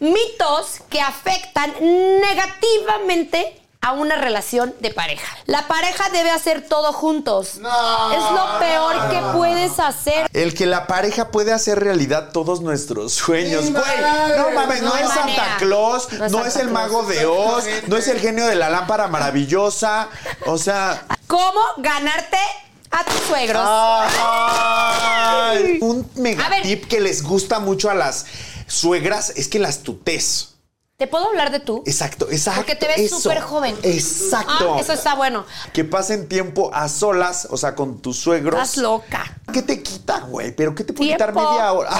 mitos que afectan negativamente a una relación de pareja. La pareja debe hacer todo juntos. Es lo peor que puedes hacer. El que la pareja puede hacer realidad todos nuestros sueños, güey. No mames, no, No hay es Santa manera. Claus, No no es es, Santa el mago de Oz, no es el genio de la lámpara maravillosa. O sea. ¿Cómo ganarte a tus suegros? Ah. ¡ay! Un A mega ver. tip que les gusta mucho a las suegras es que las tutés. ¿Te puedo hablar de tú? Exacto, exacto. Porque te ves eso. súper joven. Exacto. Ah, eso está bueno. Que pasen tiempo a solas, o sea, con tus suegros. Estás loca. ¿Qué te quita, güey? ¿Pero qué te puede quitar Tiempo. media hora?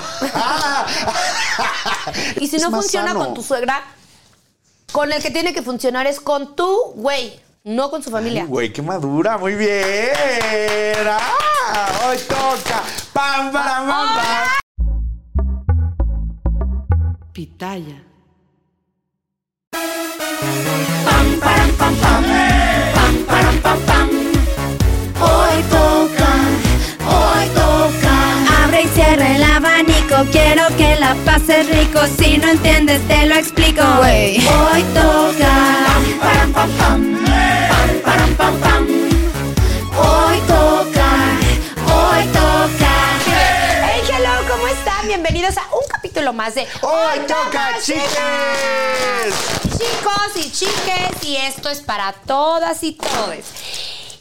Y si Es no más funciona sano. con tu suegra, con el que tiene que funcionar es con tu güey, no con su familia. Ay, Güey, qué madura, muy bien. Ah, hoy toca. ¡Pam, Ah, para, pam, pam! Pitaya. Hoy toca, hoy toca. Abre y cierra el abanico, quiero que la pases rico. Si no entiendes, te lo explico. Hoy toca. Pam, pam, pam, pam. Pam, pam, pam, pam. Hoy toca, hoy toca. Hey, hello, ¿cómo están? Bienvenidos a un capítulo más de ¡Hoy toca, chiques! Chicos y chiques, y esto es para todas y todes.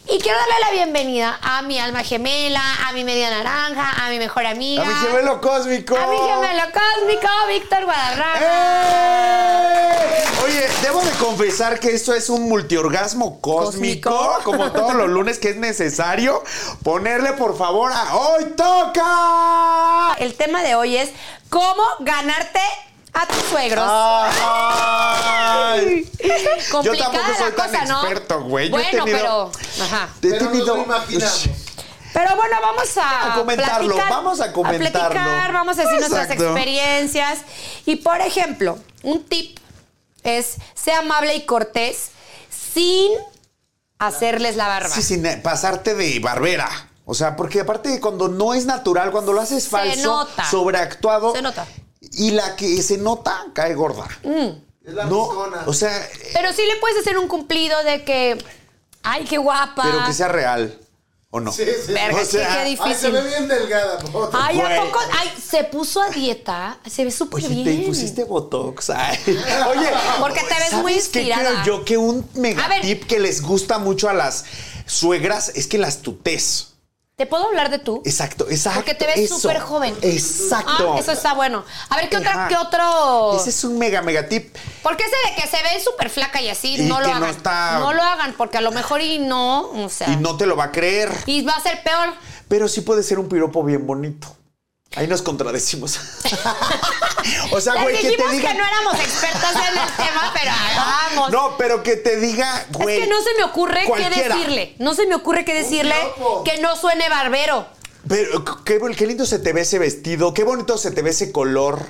Y quiero darle la bienvenida a mi alma gemela, a mi media naranja, a mi mejor amiga. A mi gemelo cósmico. A mi gemelo cósmico, Víctor Guadarrama. ¡Eh! Oye, debo de confesar que esto es un multiorgasmo cósmico, Cósmico. como todos los lunes que es necesario ponerle por favor a hoy toca. El tema de hoy es cómo ganarte a tus suegros. Ay. Yo Complicada tampoco soy la tan cosa, ¿no? experto, güey. Yo he Bueno, tenido- pero. Ajá. Te he Pero nos tenido- lo imaginamos. Pero bueno, vamos a, A comentarlo, platicar, vamos a comentarlo. A platicar, vamos a decir nuestras Exacto. experiencias. Y por ejemplo, un tip es sea amable y cortés sin hacerles la barba. Sí, sin eh, pasarte de barbera. O sea, porque aparte de cuando no es natural, cuando lo haces falso, nota. sobreactuado. Se nota. Mm. Y la que se nota cae gorda. Es la no, persona. o sea, eh, Pero sí le puedes hacer un cumplido de que, ay, qué guapa. pero que sea real. ¿O no? Sí, sí. Verga, o sea, sí, qué Ay, se difícil. ve bien delgada. por favor. Ay, ¿a Güey. poco? Ay, se puso a dieta. Se ve súper Oye, bien. Pues te pusiste botox. Ay. Oye, Porque te ves muy ¿sabes qué inspirada. creo yo que un A mega ver. tip que les gusta mucho a las suegras es que las tutés. ¿Te puedo hablar de tú? Exacto, exacto. Porque te ves eso. súper joven. Exacto. Ah, eso está bueno. A ver, ¿qué, otra, Ajá. ¿qué otro? Ese es un mega mega tip. Porque ese de que se ve súper flaca y así, Y no lo que no hagan. está- No lo hagan, porque a lo mejor y no, o sea. Y no te lo va a creer. y va a ser peor. Pero sí puede ser un piropo bien bonito. Ahí nos contradecimos. o sea, Les güey, que dijimos te que, diga. no éramos expertas en el tema, pero hagamos. No, pero que te diga, güey. es que no se me ocurre qué cualquiera. decirle. No se me ocurre qué decirle piropo. que no suene barbero. Pero qué, bol- qué lindo se te ve ese vestido, qué bonito se te ve ese color.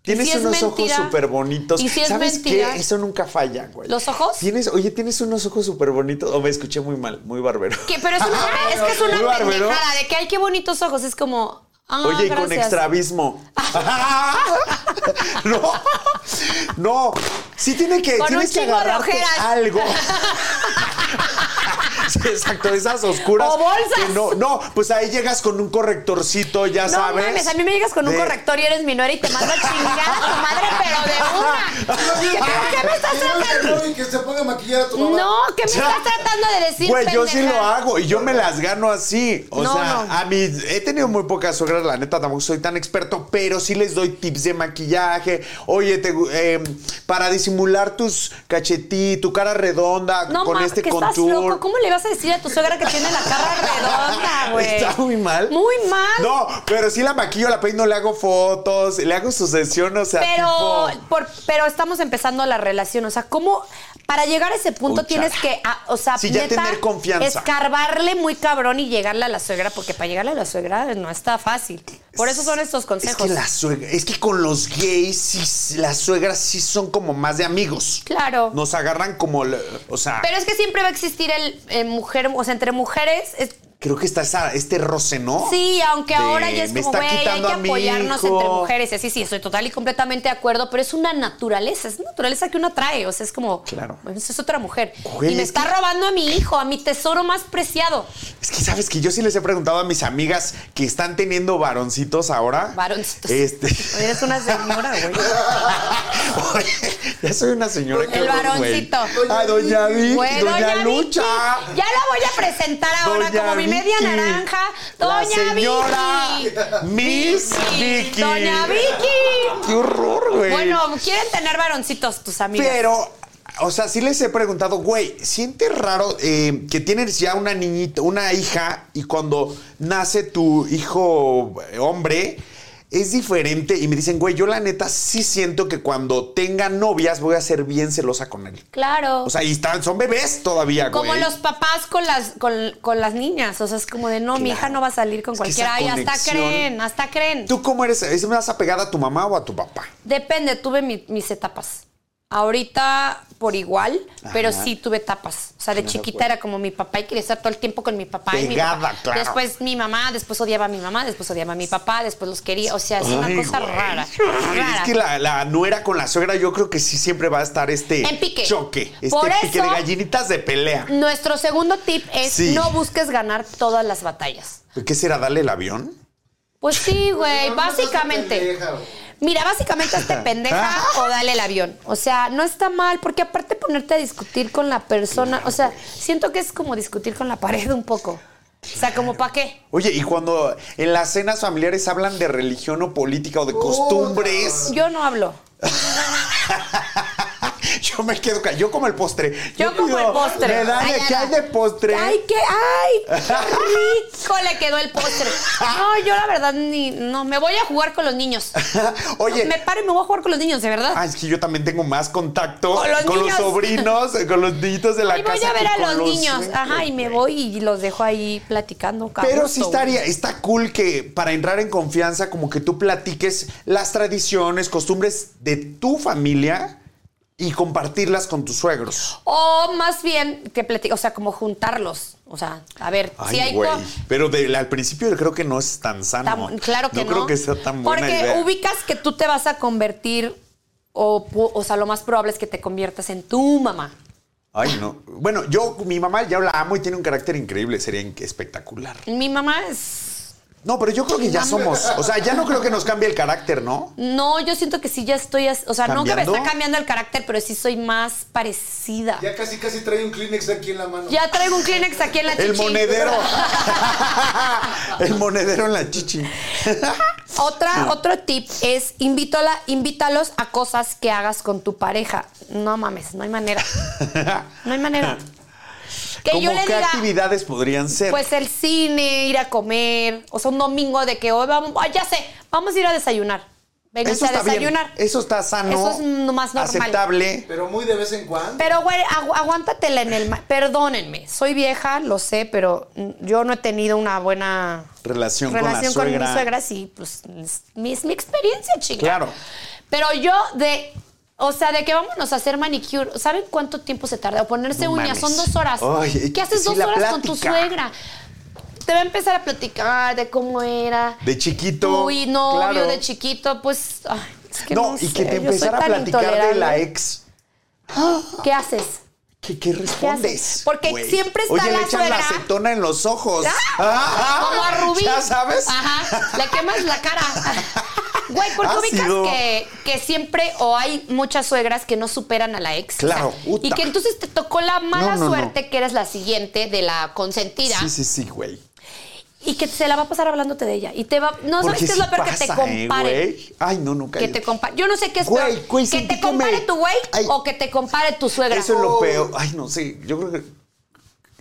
Tienes si es unos mentira? ojos súper bonitos. ¿Y si es ¿Sabes mentira? qué? Eso nunca falla, güey. ¿Los ojos? Tienes, oye, tienes unos ojos súper bonitos. O me escuché muy mal, muy barbero. Que, pero es, una, es que es una Muy Ah, barbero. pendejada de que hay qué bonitos ojos. Es como. ah, Oye, y con gracias. extravismo. no, no. Sí tiene que, Con un tienes que chingo de agarrarte ojeras. algo. Sí, exacto, esas oscuras. O bolsas. que no, no, pues ahí llegas con un correctorcito, ya No sabes. mames, a mí me llegas con un de- corrector y eres mi nuera y te mando a chingar a tu madre, pero de una. Digo, ¿Qué me estás Y no tratando? le ponen que se ponga a maquillar a tu mamá. No, ¿qué me estás tratando de decir, Güey, yo sí lo pendeja? hago y yo me las gano así. O No, sea, no. a mí he tenido muy pocas suegras, la neta, tampoco soy tan experto, pero sí les doy tips de maquillaje. Oye, te gu- eh, para disimular tus cachetí, tu cara redonda No, con ma, este que contour. estás loco. ¿Cómo le vas a decir a tu suegra que tiene la cara redonda, güey? Está muy mal. Muy mal. No, pero sí la maquillo, la peino, le hago fotos, le hago su sesión, o sea, Pero, tipo- por- pero estamos empezando la relación. O sea, ¿cómo? Para llegar a ese punto Uy, tienes chale. que, ah, o sea, Sí, ya tener confianza. escarbarle muy cabrón y llegarle a la suegra, porque para llegarle a la suegra no está fácil. Por eso son estos consejos. Es que la suegra, es que con los gays sí- las suegras sí son como más de amigos. Claro. Nos agarran como, la- o sea, Pero es que siempre va a existir el eh, mujer, o sea, entre mujeres, es- creo que está esa- este roce, ¿no? Sí, aunque De, ahora ya es "Me como, está güey, hay quitando que a mi apoyarnos hijo". entre mujeres. Y así, sí, estoy total y completamente de acuerdo, pero es una naturaleza, es una naturaleza que uno trae. O sea, es como, Claro. "Pues, es otra mujer. Güey, y me es está que- robando a mi hijo, a mi tesoro más preciado. Es que sabes que yo sí les he preguntado a mis amigas que están teniendo varoncitos ahora. Varoncitos. Este. Oye, Eres una señora, güey. Oye, ya soy una señora que. El varoncito. Ay, doña Vicky, Güey, doña, Vicky. Lucha. Ya la voy a presentar ahora Doña como mi media Vicky. naranja. La Doña señora Vicky. Miss Vicky. Doña Vicky. Qué horror, güey. Bueno, quieren tener varoncitos tus amigas. Pero, o sea, sí les he preguntado, güey, ¿sientes raro eh, que tienes ya una niñita, una hija, y cuando nace tu hijo eh, hombre, es diferente? Y me dicen, güey, yo la neta sí siento que cuando tenga novias voy a ser bien celosa con él. Claro. O sea, y están, son bebés todavía, güey. Como los papás con las, con, con las niñas. O sea, es como de no, mi Claro. hija no va a salir con Es que cualquiera. esa Ay, hasta conexión- creen, hasta creen. ¿Tú cómo eres? ¿Es más apegada a tu mamá o a tu papá? Depende, tuve mi- mis etapas. Ahorita por igual, pero Ajá. sí tuve etapas. O sea, de Claro, chiquita güey. era como mi papá y quería estar todo el tiempo con mi papá. y mi Pegada, papá. claro. Después mi mamá, después odiaba a mi mamá, después odiaba a mi papá, después los quería. O sea, es una Ay, cosa güey. rara. Ay, rara. Es que la, la nuera con la suegra, yo creo que sí siempre va a estar este En pique. choque. Este Por pique eso- de gallinitas de pelea. Nuestro segundo tip es Sí. no busques ganar todas las batallas. ¿Qué será? ¿Darle el avión? Pues sí, güey, no, no seas básicamente. pendeja, güey. Mira, básicamente este pendeja o dale el avión. O sea, no está mal, porque aparte ponerte a discutir con la persona, o sea, siento que es como discutir con la pared un poco. O sea, como para qué. Oye, y cuando en las cenas familiares hablan de religión o política o de costumbres, Yo no hablo. yo me quedo ca- Yo como el postre. Yo como el pido, postre. "Me dan de- Ay, ¿Qué hay de postre? Ay, qué, ay, qué rico le quedó el postre. No, yo la verdad ni, no, me voy a jugar con los niños. Oye. Me paro y me voy a jugar con los niños, de verdad. Ah, es que yo también tengo más contacto Con los niños. sobrinos, con los niñitos de la y voy casa. a ver que a con los niños. suegros, Ajá, y me güey. voy y los dejo ahí platicando. a Pero gusto, sí güey. estaría, está cool que para entrar en confianza, como que tú platiques las tradiciones, costumbres de tu familia y compartirlas con tus suegros. O más bien que platico, o sea, como juntarlos. O sea, a ver, si hay. co- Pero de- al principio creo que no es tan sano. tan- claro que no. No creo que sea tan buena Porque idea. ubicas que tú te vas a convertir, o, pu- o sea, lo más probable es que te conviertas en tu mamá. Ay, no. Bueno, yo, mi mamá ya la amo y tiene un carácter increíble, sería in- espectacular. Mi mamá es. No, pero yo creo que ya somos. O sea, ya no creo que nos cambie el carácter, ¿no? No, yo siento que sí ya estoy. as- O sea, no que me ¿Cambiando? está cambiando el carácter, pero sí soy más parecida. Ya casi casi trae un Kleenex aquí en la mano. Ya traigo un Kleenex aquí en la El chichi. monedero. el monedero en la chichi. Otra, otro tip es invítala, invítalos a cosas que hagas con tu pareja. No mames, no hay manera. No hay manera. Que ¿Cómo yo le qué diga, actividades podrían ser? pues el cine, ir a comer, o sea, un domingo de que hoy vamos, ah, ya sé, vamos a ir a desayunar. Vénganse a bien, desayunar. Eso está sano. Eso es lo más normal. Aceptable. Pero muy de vez en cuando. Pero, güey, agu- aguántatela en el... ma- Perdónenme, soy vieja, lo sé, pero mm, yo no he tenido una buena Relación con la relación con, suegra. mis suegras y pues es mi, es mi experiencia, chica. Claro. Pero yo de... O sea, de que vámonos a hacer manicure. ¿Saben cuánto tiempo se tarda? O ponerse No uñas, son mames. dos horas. Ay, ¿Qué haces sí, dos la horas con tu plática. suegra? Te va a empezar a platicar de cómo era. De chiquito. Uy, novio claro. de chiquito, pues... ay, es que No, no, y sé, que te yo soy empezara a tan platicar de la intolerable. ex. ¿Qué haces? ¿Qué, qué haces? respondes? Porque güey? siempre está Oye, la le echan la suegra. acetona en los ojos. ¡Ah! Como a Rubí. ¿Ya sabes? Ajá. Le quemas la cara. Güey, porque Ácido. ubicas que, que siempre o hay muchas suegras que no superan a la ex. Claro, O sea, puta. Y que entonces te tocó la mala No, no, no. suerte que eres la siguiente de la consentida Sí, sí, sí, güey. y que se la va a pasar hablándote de ella. Y te va. No sabes Porque qué es sí lo peor que te pasa, ¿eh, compare. güey? Ay, no, nunca. que yo- te compare. Yo no sé qué es Güey, peor. güey, que sentí te que compare me- tu güey Ay. o que te compare tu suegra. Eso es lo Oh. peor. Ay, no sé. Yo creo que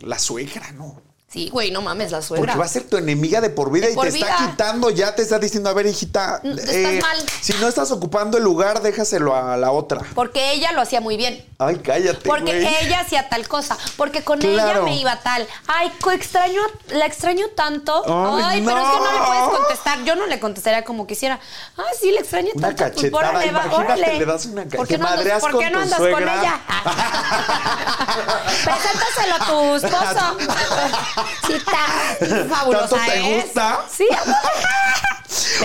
la suegra, ¿no? Sí, güey, no mames, la suegra. Porque va a ser tu enemiga de por vida De y por te vida. está quitando, ya te está diciendo, a ver, hijita, eh, Mm, estás mal. si no estás ocupando el lugar, déjaselo a la otra. Porque ella lo hacía muy bien. Ay, cállate. Porque Este güey. ella hacía tal cosa, porque con ella Claro. me iba tal. Ay, co- extraño, la extraño tanto. Ay, Ay, pero es que no le puedes no. contestar. Yo no le contestaría como quisiera. Ah, sí, la extraño Una tanto. Pues, cachetada, órale, va, imagínate, órale. le das una ca- ¿Por qué te no andas, madreas ¿por con qué no tu andas suegra? con ella? Preséntaselo a tu esposo. sí, está fabulosa ¿Tanto te es. gusta? Sí.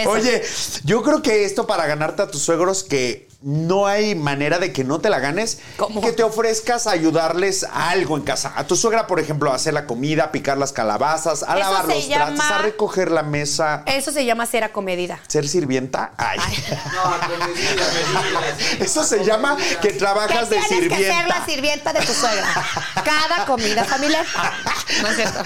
Eso. Oye, yo creo que esto para ganarte a tus suegros que no hay manera de que no te la ganes, ¿Cómo? que te ofrezcas a ayudarles a algo en casa. A tu suegra, por ejemplo, a hacer la comida, a picar las calabazas, Eso a lavar se los llama- trastes, a recoger la mesa, Eso se llama ser acomedida. ser sirvienta. Ay. No, a comedida, medida. Eso se llama que Que trabajas de tienes que ser sirvienta. la sirvienta de tu suegra. Cada comida familiar. No es cierto.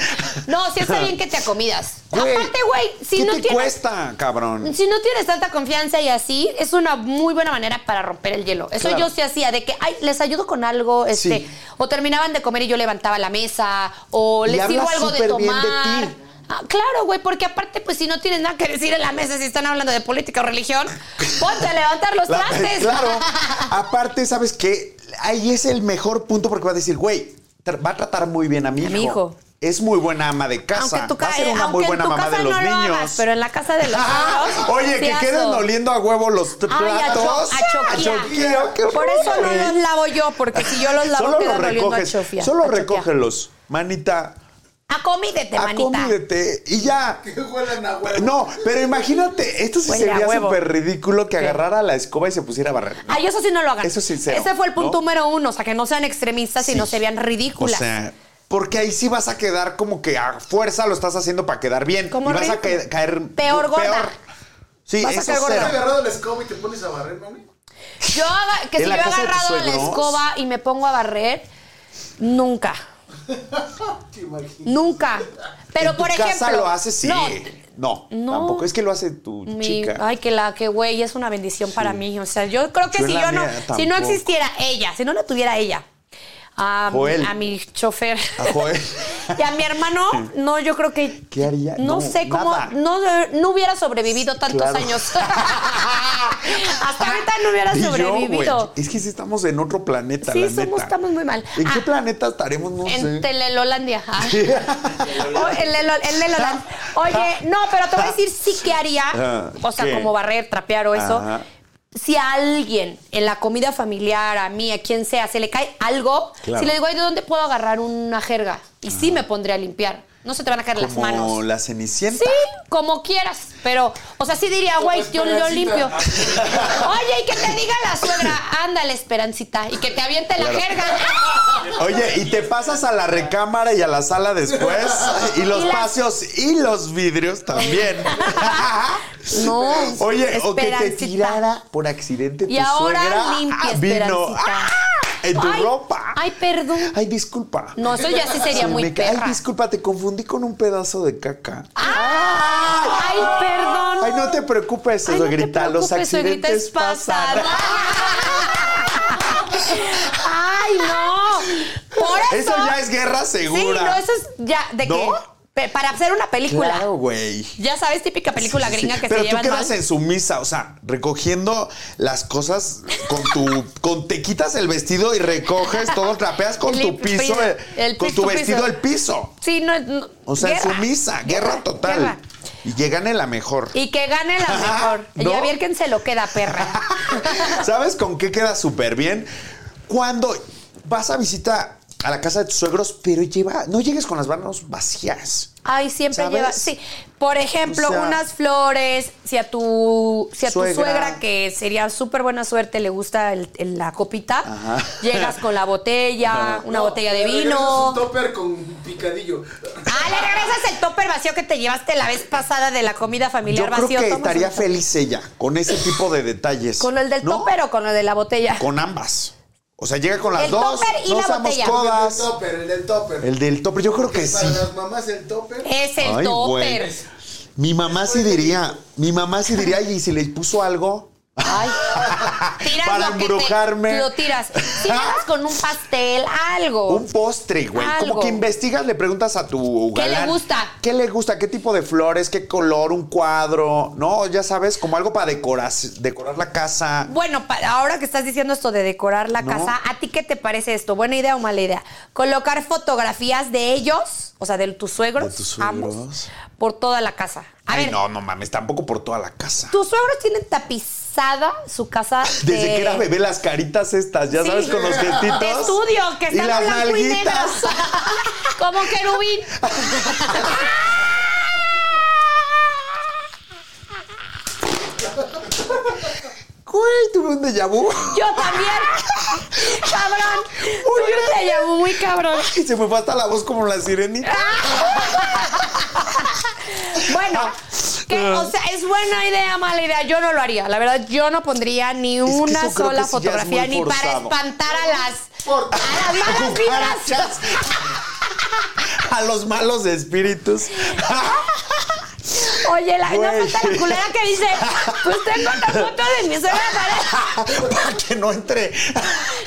No, sí está bien que te acomidas. Güey, Aparte, güey, si ¿qué no te tienes. cuesta, cabrón? Si no tienes tanta confianza y así, es una muy buena manera para romper el hielo. Eso Claro. yo sí hacía, de que, ay, les ayudo con algo, este, Sí. o terminaban de comer y yo levantaba la mesa, o Y les sirvo hablas algo de súper bien de tomar. ti. Ah, claro, güey, porque aparte, pues si no tienes nada que decir en la mesa, si están hablando de política o religión, ponte a levantar los La- trastes. claro. Aparte, ¿sabes qué? Ahí es el mejor punto porque va a decir, güey, tra- va a tratar muy bien a mi A hijo. mi hijo. Es muy buena ama de casa. Aunque tu va a ser ca- eh, una aunque muy en buena tu mamá casa de los no lo niños. hagas, pero en la casa de los Ah, suegros, Oye, sí que hazlo. quedan oliendo a huevo los t- Ay, a cho- platos. a choquía. choquía, qué Por horror, eso no güey. los lavo yo, porque si yo los lavo Solo quedan los oliendo a recoges. chofia. Solo a choquia. recógelos. Manita, Acomídete, manita. acomídete y ya. Que huelen a huevo. No, pero imagínate, esto sí Huele a sería huevo. súper ridículo que agarrara la escoba y se pusiera a barrer. Ay, eso sí no lo hagan. Eso sí, cero, Ese fue el punto ¿no? número uno, o sea, que no sean extremistas y Sí. no se vean O ridículas. sea, porque ahí sí vas a quedar como que a fuerza lo estás haciendo para quedar bien. Como y vas a ridículo. caer, caer Peor gorda. Sí, Vas a eso caer gorda. ¿Has cero. agarrado la escoba y te pones a barrer, mami? yo haga- que ¿En si yo la he casa de tus agarrado la suegros? escoba y me pongo a barrer, nunca. Te imaginas. Nunca. Pero En por tu ejemplo. casa lo hace sí. No, No, No. tampoco es que lo hace tu mi- chica. ay, que la que güey, es una bendición para mí. O sea, yo creo que Yo si la yo no, mía si no tampoco. existiera ella, si no la tuviera ella, a, mi- Joel. a mi chofer. A Joel. y a mi hermano, no, yo creo que. ¿Qué haría? No, No, sé cómo. nada. No, no hubiera sobrevivido tantos Claro. años. Hasta ahorita no hubiera Y yo, sobrevivido. güey, es que sí estamos en otro planeta, Sí, la somos- neta. estamos muy mal. ¿En qué Ah. planeta estaremos? No En sé. Telelolandia. Ah. O en Lelo- en Leloland. Oye, no, pero te voy a decir sí que haría. Ah, O sea, ¿qué? como barrer, trapear o eso. Ajá. Si a alguien en la comida familiar, a mí, a quien sea, se le cae algo, Claro. si le digo, ay, ¿de dónde puedo agarrar una jerga? Y sí me pondré a limpiar. No se te van a caer las Como manos. la Cenicienta. Sí, como quieras, pero, o sea, sí diría, Como güey, yo, yo Esperancita. limpio. Oye, y que te diga la suegra, ándale, esperancita, y que te aviente la Claro. jerga. Oye, y te pasas a la recámara y a la sala después. Y los Y las- paseos y los vidrios también. No, Oye, o que te esperancita. tirara por accidente Y tu ahora suegra limpia, ah, vino esperancita. ah, en tu Ay, ropa. Ay, perdón. Ay, disculpa. No, eso ya sí sería Se muy me ca- perra. Ah. Ay, disculpa, te confundí con un pedazo de caca. Ay, perdón. Ay, no te preocupes, Ay, no te suegrita, los preocupes, suegrita, accidentes es pasar. pasan. Ay, no. Por eso. Eso ya es guerra segura. Sí, no, eso es ya de ¿No? que pe- para hacer una película. Claro, güey. Ya sabes, típica película Sí, sí, gringa sí. que Pero se tú llevan quedas mal. en su misa, o sea, recogiendo las cosas con tu. con, te quitas el vestido y recoges todo, trapeas con tu Lim- piso, eh, el con piso, tu piso. vestido el piso. Sí, no, no- O sea, en guerra. su misa, guerra, total. guerra. Y llegan en la mejor. Y que gane la mejor. ¿No? Y a ver quién se lo queda, perra. ¿Sabes con qué queda súper bien? Cuando vas a visitar a la casa de tus suegros, pero lleva, no llegues con las manos vacías. Ay, siempre ¿Sabes? lleva. Sí. Por ejemplo, O sea- unas flores. Si a tu, si a Suegra. tu suegra, que sería súper buena suerte, le gusta el- el- la copita, Ajá. llegas con la botella, una No, botella de le regresas vino. Un topper con picadillo. Ah, le regresas el topper vacío que te llevaste la vez pasada de la comida Yo familiar creo vacío. que Tomas estaría un topper. feliz ella con ese tipo de detalles. ¿Con el del ¿no? topper o con el de la botella? Con ambas. O sea, llega con las El dos. topper y no la usamos botella. El del codas. topper, el del topper. El del topper, yo creo que sí. Para las mamás el topper. Es el Ay, topper. güey. Mi mamá sí diría, mi mamá sí diría, y si le puso algo. Ay. Tiras Para lo que te- embrujarme. lo tiras. Si vas con un pastel, algo. Un postre, güey. Como Algo. que investigas, le preguntas a tu ¿Qué le galán. gusta? ¿Qué le gusta? ¿Qué tipo de flores? ¿Qué color? ¿Un cuadro? No, ya sabes, como algo para decorar, decorar la casa. Bueno, pa- ahora que estás diciendo esto de decorar la No. casa, ¿a ti qué te parece esto? ¿Buena idea o mala idea? Colocar fotografías de ellos, o sea, de tus suegros, De tus suegros. ambos, por toda la casa. A Ay, ver, no, no mames, tampoco por toda la casa. tus suegros tienen tapizada su casa Desde de- que era bebé, las caritas estas, ya eh, Sí. sabes, con los gestitos. De estudio, que Y están las blanco y negro. nalguitas. Como querubín. Güey, tuve un déjà vu. Yo también. cabrón. Muy te llamó muy cabrón. Y se me fue hasta la voz como la sirenita. Bueno, Ah. que, o sea, es buena idea, mala idea. Yo no lo haría. La verdad, yo no pondría ni que una eso creo sola que sí ya es fotografía muy ni para forzado. espantar a las, Por- a las malas vibras. Cucarachas. A los malos espíritus. Oye, la, no Güey. falta la culera que dice, pues tengo una foto de mi suegra para Para que no entre.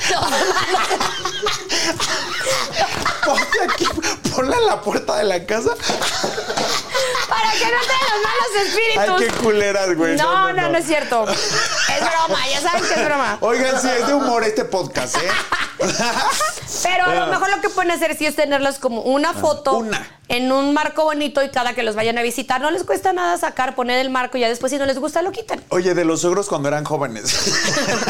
los malos. Ponte aquí, ponla en la puerta de la casa. Para que no tengan los malos Ay, espíritus. qué culeras, güey. no, no, no, es cierto. Es broma, ya saben que es broma. Oigan, sí, es de humor este podcast, ¿eh? Pero a lo mejor lo que pueden hacer sí es tenerlos como una foto Ah, una. en un marco bonito y cada que los vayan a visitar no les cuesta nada sacar, poner el marco y ya después si no les gusta lo quitan. Oye, de los suegros cuando eran jóvenes. Sí.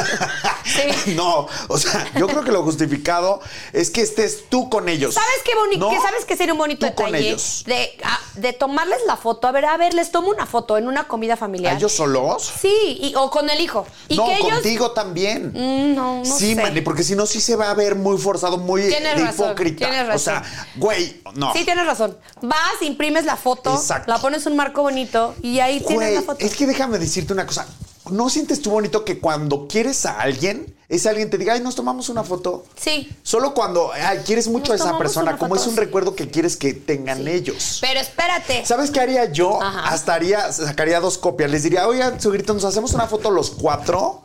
No, o sea, yo creo que lo justificado es que estés tú con ellos. ¿Sabes qué bonito? ¿No? ¿Sabes qué sería un bonito Tú con detalle? ellos. De, ah, de tomarles la foto. A ver, a ver, les tomo una foto en una comida ¿A familiar. ellos solos? Sí, y- o con el hijo. Y Ah, no, que ellos. contigo también. Mm, No, no sí, sé. Mane, porque si no, sí se va a ver muy forzado, muy Tienes de razón, hipócrita. tienes razón. O sea, güey, no. Sí, tienes razón. Vas, imprimes la foto, Exacto. la pones en un marco bonito y ahí tienes Güey, la foto. es que déjame decirte una cosa. ¿No sientes tú bonito que cuando quieres a alguien, ese alguien te diga, ay, nos tomamos una foto? Sí. Solo cuando ay, quieres Nos mucho a esa tomamos persona, una como foto, es un sí. recuerdo que quieres que tengan ellos. Pero espérate. ¿Sabes qué haría yo? Ajá. Hasta haría, sacaría dos copias. Les diría, oigan, su grito, nos hacemos una foto los cuatro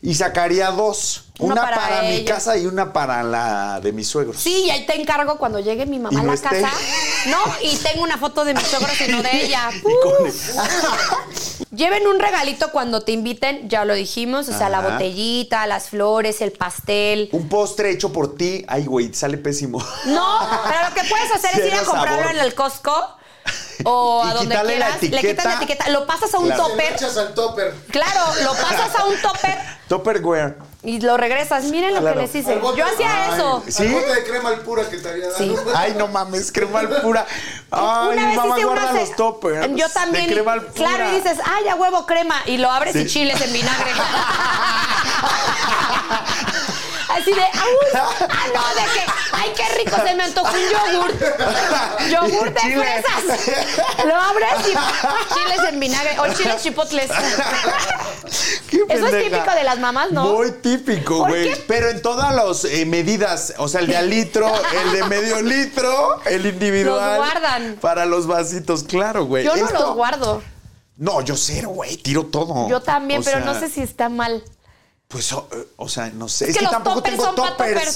y sacaría dos. Una, Una para, para mi ellos. casa y una para la de mis suegros. Sí, y ahí te encargo cuando llegue mi Y mamá a no la esté. casa. No, y tengo una foto de mi suegra, sino de ella. Y con- Lleven un regalito cuando te inviten, ya lo dijimos, o sea, la Ajá. botellita, las flores, el pastel. Un postre hecho por ti. Ay, güey, sale pésimo. No, pero lo que puedes hacer es ir Cero a comprarlo sabor. en el Costco o Y a donde quitarle la quieras. Le quitas etiqueta. la etiqueta, lo pasas a un Claro. Te lo topper. echas al topper. Claro, lo pasas a un topper Topperware. y lo regresas. Miren lo Claro. que les Al hice. bote. Yo hacía Ay, eso. ¿Sí? Al bote de crema al pura que te había dado. Sí. Ay, no mames, crema al pura. Ay, mi mamá guarda ce- los toppers. Yo también. De y- crema al pura. Claro, y dices, ay, a huevo crema. Y lo abres Sí. y chiles en vinagre. Así de, "Au, ah, no, de que, ay, qué rico, se me antojó un yogur. Yogur de Chile. fresas. Lo abres y chiles en vinagre. O chiles chipotles. Qué es pendeja. típico de las mamás, ¿no? Muy típico, ¿Por güey. qué? Pero en todas las eh, medidas, o sea, el de al litro, el de medio litro, el individual. Los guardan. Para los vasitos, claro, güey. Yo no Esto- los guardo. No, yo cero, güey. Tiro todo. Yo también, O pero sea, no sé si está mal. Pues, o, o sea, no sé. Es, que los tampoco toppers tengo son pa' toppers. toppers.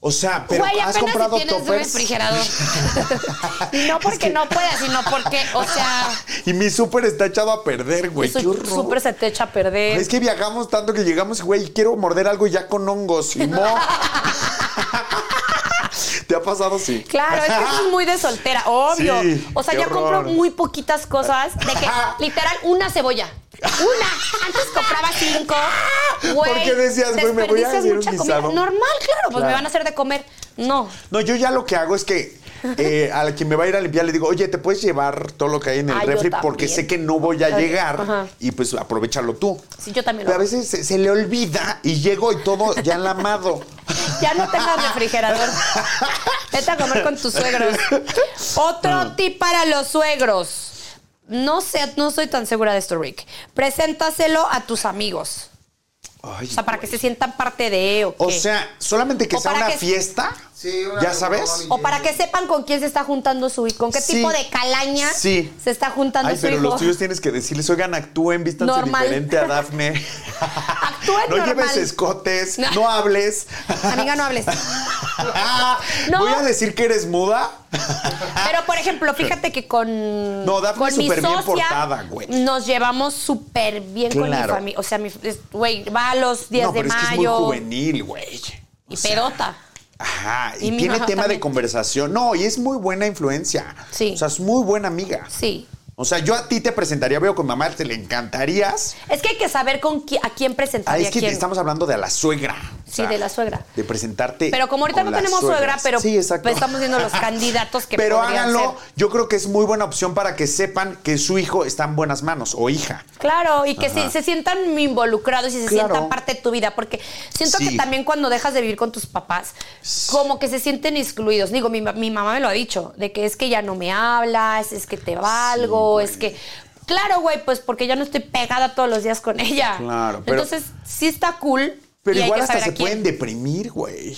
O sea, pero Güey, has apenas si comprado tienes toppers. refrigerador. y no porque no puedas, sino porque, o sea, Y mi súper está echado a perder, güey. eso Qué horror. súper se te echa a perder. Es que viajamos tanto que llegamos, güey, quiero morder algo ya con hongos. Y no. ¿Te ha pasado? Sí. Claro, es que eso es muy de soltera, obvio. Sí, o sea, qué ya compro horror. muy poquitas cosas de que literal una cebolla. Una. Antes compraba cinco. Güey, Porque decías, güey, me voy a desperdicias hacer un mucha comida. guisado. Normal, claro, pues me Claro. van a hacer de comer. No. No, yo ya lo que hago es que eh, a la que me va a ir a limpiar le digo, oye, ¿te puedes llevar todo lo que hay en el Ah, yo refri? Porque también. sé que no voy a Ay, llegar. ajá. Y pues aprovechalo tú. Sí, yo también lo Pero a hago. veces se, se le olvida y llego y todo ya lamado. Ya no tengas refrigerador. Vete a comer con tus suegros. Ah. Otro tip para los suegros. No sé, no soy tan segura de esto, Rick. Preséntaselo a tus amigos. Ay, O sea, para que se sientan parte de o O qué. sea, solamente que O sea para una que- fiesta, Sí, una ya reunión. sabes. O para que sepan con quién se está juntando su hijo, con qué Sí. tipo de calaña Sí. se está juntando Ay, su pero hijo. los tuyos tienes que decirles, oigan, actúen, vístanse Normal. diferente a Dafne. Actúen no normal. lleves escotes, No. no, hables. Amiga, no hables. No. Ah, Voy a decir que eres muda. Pero, por ejemplo, fíjate que con, No, Dafne con es mi súper bien socia portada, güey. nos llevamos súper bien con mi Claro. familia. O sea, mi es- güey va a los 10 no, de pero es que es muy mayo juvenil, güey. y pedota. Ajá, y, Y mi tiene mamá tema también. de conversación. No, y es muy buena influencia. Sí. O sea, es muy buena amiga. Sí. O sea, yo a ti te presentaría, veo con mamá, te le encantarías. Es que hay que saber con qui- a quién presentar Ah, y es a que quién. estamos hablando de a la suegra. O Sí, sea, de la suegra. De presentarte. Pero como ahorita con no las tenemos suegra, suegras. pero Sí, exacto. pues estamos viendo los candidatos que Pero podrían háganlo. ser. Yo creo que es muy buena opción para que sepan que su hijo está en buenas manos o hija. Claro, y que se, se sientan involucrados y se Claro. sientan parte de tu vida, porque siento Sí. que también cuando dejas de vivir con tus papás, como que se sienten excluidos. Digo, mi, ma- mi mamá me lo ha dicho, de que es que ya no me hablas, es que te valgo, es que... Claro, güey, pues porque ya no estoy pegada todos los días con ella. Claro, pero- Entonces, sí está cool. y Pero hay igual que hasta saber se a quién. pueden deprimir, güey.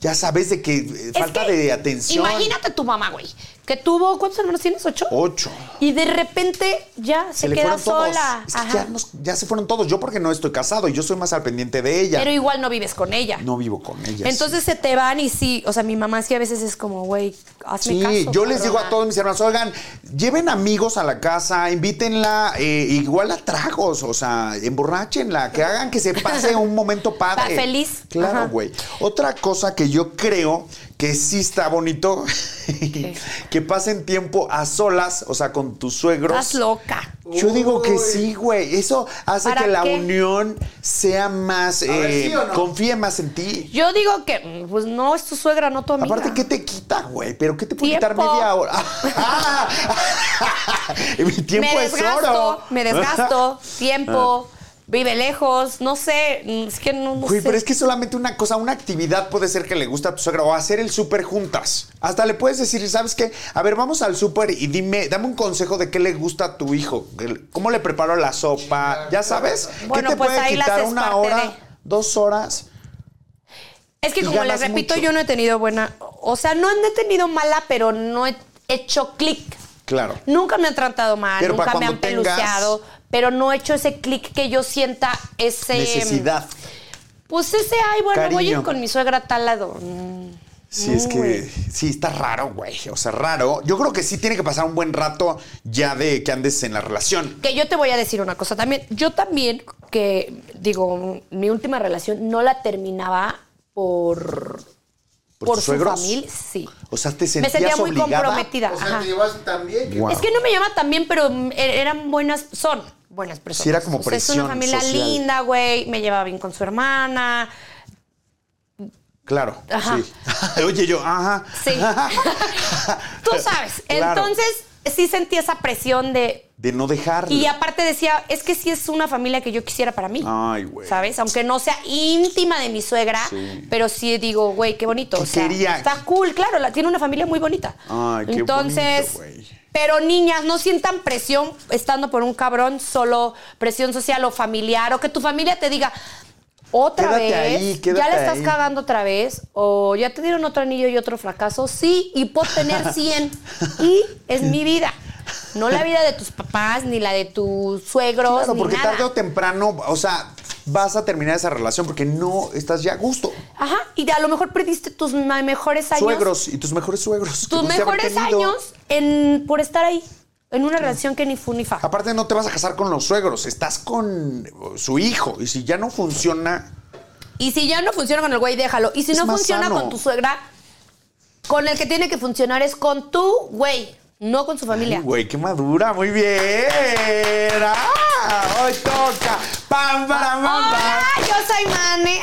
Ya sabes de que eh, Es falta que de atención. Imagínate tu mamá, güey, que tuvo, ¿cuántos hermanos tienes? ¿Ocho? Ocho. Y de repente ya se, le queda fueron todos. sola. Es que Ajá. ya, nos- ya se fueron todos. Yo porque no estoy casado y yo soy más al pendiente de ella. Pero igual no vives con ella. no vivo con ella. Entonces se te van y sí, o sea, mi mamá sí a veces es como, güey, hazme Sí, caso. yo les digo a cabrona". todos mis hermanos, oigan, lleven amigos a la casa, invítenla, eh, igual a tragos, o sea, emborráchenla, que hagan que se pase un momento padre. Pa- feliz. Ajá. Claro, güey. Otra cosa que yo creo que sí está bonito, que pasen tiempo a solas, o sea, con tus suegros. Estás loca. Yo digo que Uy. sí, güey. Eso hace ¿Para que la qué? unión sea más, ver, eh, ¿sí o no? confíe más en ti. Yo digo que, mm, pues no, es tu suegra, no tu amiga. Aparte, ¿qué te quita, güey? ¿Pero qué te puede quitar Tiempo. media hora? Mi tiempo me es desgasto, oro. me desgasto, tiempo, vive lejos, no sé, mm, es que no, no Güey, sé. pero es que solamente una cosa, una actividad puede ser que le gusta a tu suegra o hacer el súper juntas. Hasta le puedes decir, ¿sabes qué? A ver, vamos al súper y dime, dame un consejo de qué le gusta a tu hijo. ¿Cómo le preparo la sopa? ¿Ya sabes? Bueno, ¿Qué te pues puede ahí las quitar es una parte hora, de- dos horas? Es que Y como les ganas repito, mucho. yo no he tenido buena, o sea, no he tenido mala, pero no he hecho clic. Claro. Nunca me han tratado mal, Pero para nunca me han cuando tengas- peluceado, pero no he hecho ese clic que yo sienta ese... Necesidad. Pues ese, ay, bueno, voy a ir Cariño. con mi suegra a tal lado. Mm, Sí, es que sí, está raro, güey. O sea, raro. Yo creo que sí tiene que pasar un buen rato ya de que andes en la relación. Que yo te voy a decir una cosa también. Yo también, que digo, mi última relación no la terminaba por, Por, tus su suegros. familia, sí. O sea, te Me sentías sentía muy obligada. comprometida. O sea, ajá. te llevas también. que- Guau. Es que no me llama tan bien, pero mm, er- eran buenas, son buenas personas. Sí, era como O sea, Es una presión familia social. linda, güey. Me llevaba bien con su hermana. Claro. Ajá. sí. Oye, yo, ajá. Sí. Tú sabes. Claro. Entonces, sí sentí esa presión de. de no dejar. Y aparte decía, es que sí es una familia que yo quisiera para mí. Ay, güey. ¿Sabes? Aunque no sea íntima de mi suegra, Sí. pero sí digo, güey, qué bonito. Que o sea, quería- Está cool, claro, la, tiene una familia muy bonita. Ay, qué Entonces, bonito, güey. pero niñas, no sientan presión estando por un cabrón, solo presión social o familiar, o que tu familia te diga. Otra Quédate vez, ahí, ya quédate la estás ahí. cagando otra vez, o ya te dieron otro anillo y otro fracaso, sí, y por tener 100, y es mi vida, no la vida de tus papás, ni la de tus suegros, Claro, pues, ni porque nada. tarde o temprano, o sea, vas a terminar esa relación porque no estás ya a gusto. Ajá, y a lo mejor perdiste tus ma- mejores años. Suegros y tus mejores suegros. que Tus pudiste haber mejores tenido. años en, por estar ahí, en una relación que ni fu ni fa. Aparte, no te vas a casar con los suegros, estás con su hijo. Y si ya no funciona, Y si ya no funciona con el güey, déjalo. Y si Es no más funciona sano. con tu suegra, con el que tiene que funcionar es con tu güey, no con su familia. ay, güey, qué madura, muy bien. Ah, hoy toca. Pam, para, pam, Hola, pam. Ah, yo soy Mane.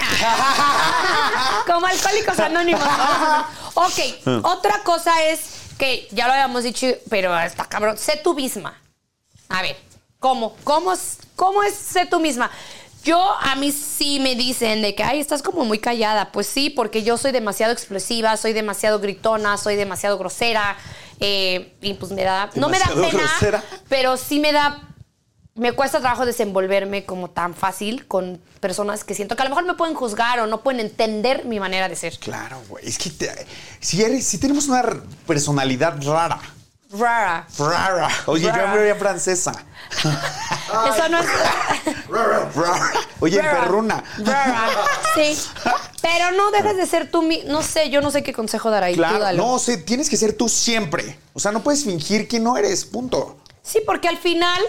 Ah. Como alcohólicos anónimos. Ah. ok, otra cosa es que ya lo habíamos dicho, pero está cabrón. Sé tú misma. A ver, ¿cómo? ¿Cómo, es- cómo es sé tú misma? Yo, a mí sí me dicen de que, ay, estás como muy callada. Pues sí, porque yo soy demasiado explosiva, soy demasiado gritona, soy demasiado grosera. eh, y pues me da. No me da Demasiado pena, grosera. pero sí me da me cuesta trabajo desenvolverme como tan fácil con personas que siento que a lo mejor me pueden juzgar o no pueden entender mi manera de ser. Claro, güey. Es que te- si, eres, si tenemos una r- personalidad rara. Rara. Rara. Oye, yo Rara. hablaría francesa. Eso no es. Rara. Oye, Rara. perruna. Rara. Sí. Pero no dejes de ser tú mi. No sé, yo no sé qué consejo dar ahí. Tú Claro, dalo. no, sé, tienes que ser tú siempre. O sea, no puedes fingir que no eres, punto. Sí, porque al final.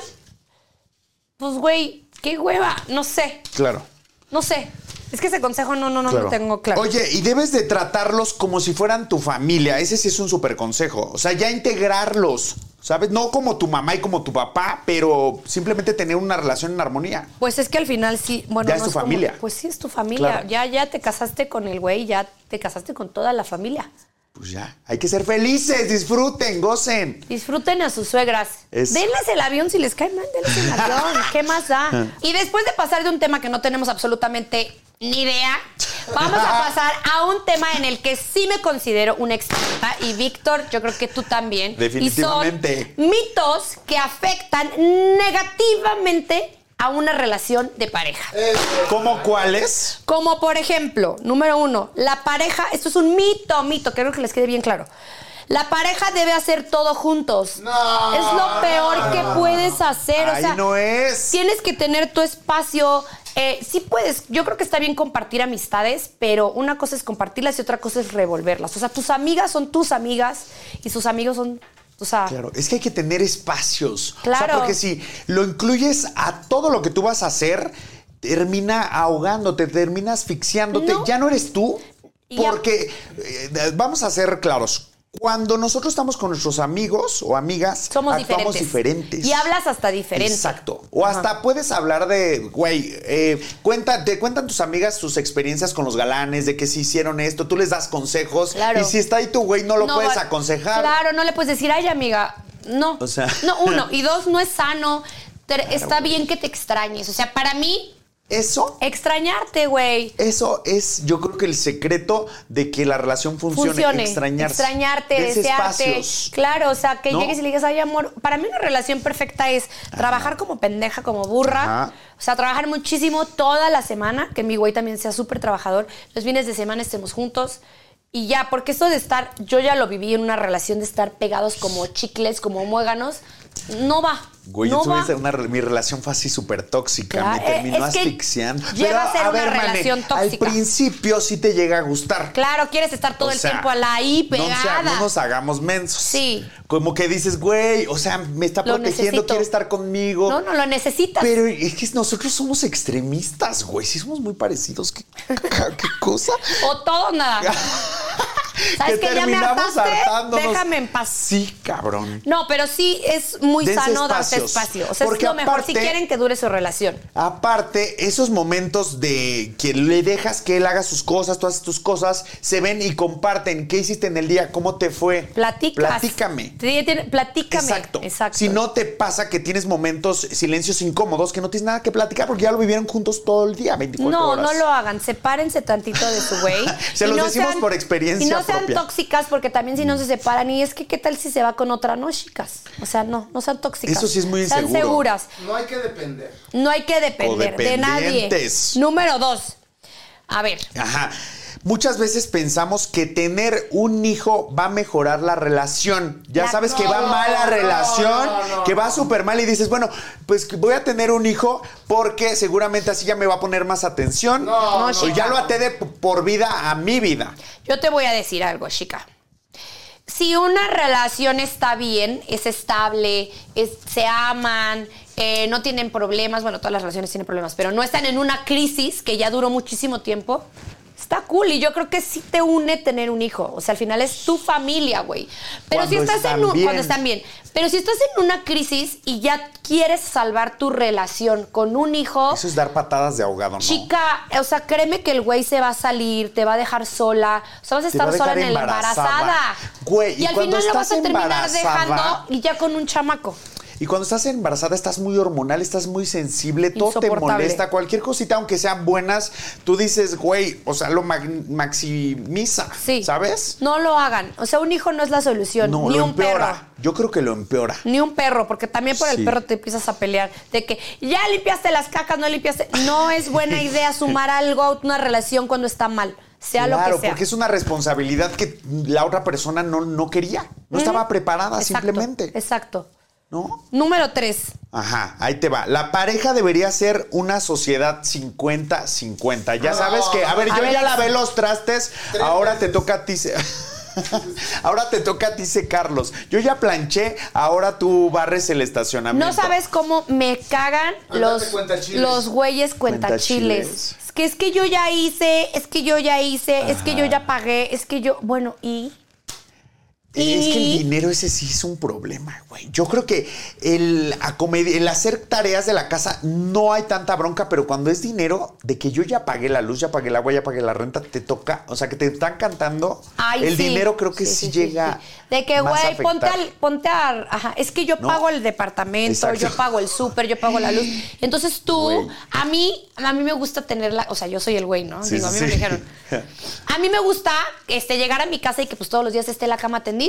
Pues, güey, qué hueva. No sé. Claro. No sé. Es que ese consejo no, no, no, Claro. no tengo claro. Oye, y debes de tratarlos como si fueran tu familia. Ese sí es un súper consejo. O sea, ya integrarlos, ¿sabes? No como tu mamá y como tu papá, pero simplemente tener una relación en armonía. Pues es que al final sí, bueno, Ya es no tu como- familia. pues sí, es tu familia. Claro. Ya, ya te casaste con el güey, ya te casaste con toda la familia. Pues ya, hay que ser felices, disfruten, gocen. Disfruten a sus suegras. Eso. Denles el avión si les cae mal, denles el avión. ¿Qué más da? Y después de pasar de un tema que no tenemos absolutamente ni idea, vamos a pasar a un tema en el que sí me considero una experta. Y Víctor, yo creo que tú también. Definitivamente. Y son mitos que afectan negativamente a una relación de pareja. ¿Cómo cuáles? Como por ejemplo, número uno, la pareja, esto es un mito, mito, creo que les quede bien claro. La pareja debe hacer todo juntos. No. Es lo peor que puedes hacer. o Ah. Ahí sea, no es. Tienes que tener tu espacio. Eh, sí puedes, yo creo que está bien compartir amistades, pero una cosa es compartirlas y otra cosa es revolverlas. O sea, tus amigas son tus amigas y sus amigos son, o sea, Claro, es que hay que tener espacios. O sea, Claro. porque si lo incluyes a todo lo que tú vas a hacer, termina ahogándote, termina asfixiándote. No. Ya no eres tú. Y ya- Porque eh, vamos a ser claros. Cuando nosotros estamos con nuestros amigos o amigas, somos actuamos diferentes. diferentes. Y hablas hasta diferente. Exacto. O hasta puedes hablar de, güey, eh, cuenta, te cuentan tus amigas sus experiencias con los galanes, de que si hicieron esto, tú les das consejos. Claro. Y si está ahí tu güey, no lo No, puedes va- aconsejar. Claro, no le puedes decir, ay, amiga, no. O sea. No, uno. Y dos, no es sano. Tre- está bien que te extrañes. O sea, para mí, Eso extrañarte, güey. Eso es, yo creo que el secreto de que la relación funcione. Funcione. Extrañarse. Extrañarte, Dense desearte. espacios. Claro, o sea, que ¿No? llegues y le digas, ay, amor. Para mí, una relación perfecta es trabajar como pendeja, como burra. Ajá. O sea, trabajar muchísimo toda la semana. Que mi güey también sea súper trabajador. Los fines de semana estemos juntos. Y ya, porque esto de estar, yo ya lo viví en una relación de estar pegados como chicles, como muéganos, no va. Güey, no yo tuve va. esa- una re- mi relación fue así súper tóxica, Claro, eh, me terminó es que asfixiando. lleva a ser una relación tóxica. Al principio sí te llega a gustar. Claro, quieres estar todo O el sea, tiempo a la ahí no, o sea, pegada. no nos hagamos mensos. Sí. Como que dices, güey, o sea, me está Lo protegiendo, necesito. quiere estar conmigo. No, no, lo necesitas. Pero es que nosotros somos extremistas, güey. Sí somos muy parecidos. ¿Qué, qué cosa? O todo o nada. ¿Sabes que qué? Ya me terminamos hartaste, hartándonos. déjame en paz. Sí, cabrón. No, pero sí es muy Dense sano darse espacios. espacio. O sea, Porque es lo mejor si aparte- quieren que dure su relación. Aparte, esos momentos de que le dejas que él haga sus cosas, tú haces tus cosas, se ven y comparten qué hiciste en el día, cómo te fue. Platicas. Platícame. Sí, tiene- platícame. Exacto. Exacto. Si no te pasa que tienes momentos, silencios incómodos, que no tienes nada que platicar porque ya lo vivieron juntos todo el día, 24 No, horas. no lo hagan. Sepárense tantito de su güey. Se Y los no decimos por experiencia Y no sean propia. tóxicas, porque también si no se separan, y es que qué tal si se va con otra, no, chicas. O sea, no, no sean tóxicas. Eso sí es muy Sean inseguro. seguras. No hay que depender. No hay que depender de nadie. Codependientes. Número dos. A ver, Ajá. Muchas veces pensamos que tener un hijo va a mejorar la relación. Ya La- sabes que va no, mal la no, relación, no, no, que va no. súper mal y dices, bueno, pues que voy a tener un hijo porque seguramente así ya me va a poner más atención. No, No, no, o ya no. lo até de p- por vida a mi vida. yo te voy a decir algo, chica. Si una relación está bien, es estable, es- se aman, eh, no tienen problemas, bueno, todas las relaciones tienen problemas, pero no están en una crisis que ya duró muchísimo tiempo, está cool. Y yo creo que sí te une tener un hijo. O sea, al final es tu familia, güey. Pero si Cuando estás están en un, bien. cuando están bien. Pero si estás en una crisis y ya quieres salvar tu relación con un Oh. hijo, Eso es dar patadas de ahogado, ¿no? Chica, o sea, créeme que el güey se va a salir, te va a dejar sola, o sea, vas a Te va a estar sola dejar en el embarazada. embarazada. Güey, y al cuando final lo vas estás a terminar embarazada- dejando y ya con un chamaco. Y cuando estás embarazada estás muy hormonal, estás muy sensible, todo te Insoportable. molesta, cualquier cosita, aunque sean buenas, tú dices, güey, o sea, lo mag- maximiza, Sí. ¿sabes? No lo hagan. O sea, un hijo no es la solución, No, ni lo un empeora. perro. Yo creo que lo empeora. Ni un perro, porque también por Sí. el perro te empiezas a pelear. De que ya limpiaste las cacas, no limpiaste. No es buena idea sumar algo a una relación cuando está mal, sea claro, lo que sea. porque es una responsabilidad que la otra persona no, no quería, no estaba preparada Exacto, simplemente, Exacto. ¿no? Número tres. Ajá, ahí te va. La pareja debería ser una sociedad 50-50. Ya sabes que, a ver, A yo ver. ya lavé los trastes, Tres ahora te veces. toca a ti. se- ahora te toca a ti, se Carlos. Yo ya planché, ahora tú barres el estacionamiento. No sabes cómo me cagan Ándate, los, cuentachiles. los güeyes Cuentachiles. cuentachiles. Es que es que yo ya hice, es que yo ya hice, es que yo ya pagué, es que yo, bueno, y Eh, Es que Y- el dinero ese sí es un problema, güey. Yo creo que el, acomedi- el hacer tareas de la casa no hay tanta bronca, pero cuando es dinero de que yo ya pagué la luz, ya pagué el agua, ya pagué la renta, te toca, o sea, que te están cantando. ay, el sí. dinero creo que sí, llega. sí. De que, más a güey, ponte, afectar. al- ponte a. Ajá, es que yo No. pago el departamento, Exacto. yo pago el súper, yo pago la luz. Entonces tú, Güey. a mí, a mí me gusta tenerla. O sea, yo soy el güey, ¿no? Sí, Digo, a mí sí, me sí. dijeron. A mí me gusta este, llegar a mi casa y que pues todos los días esté la cama tendida.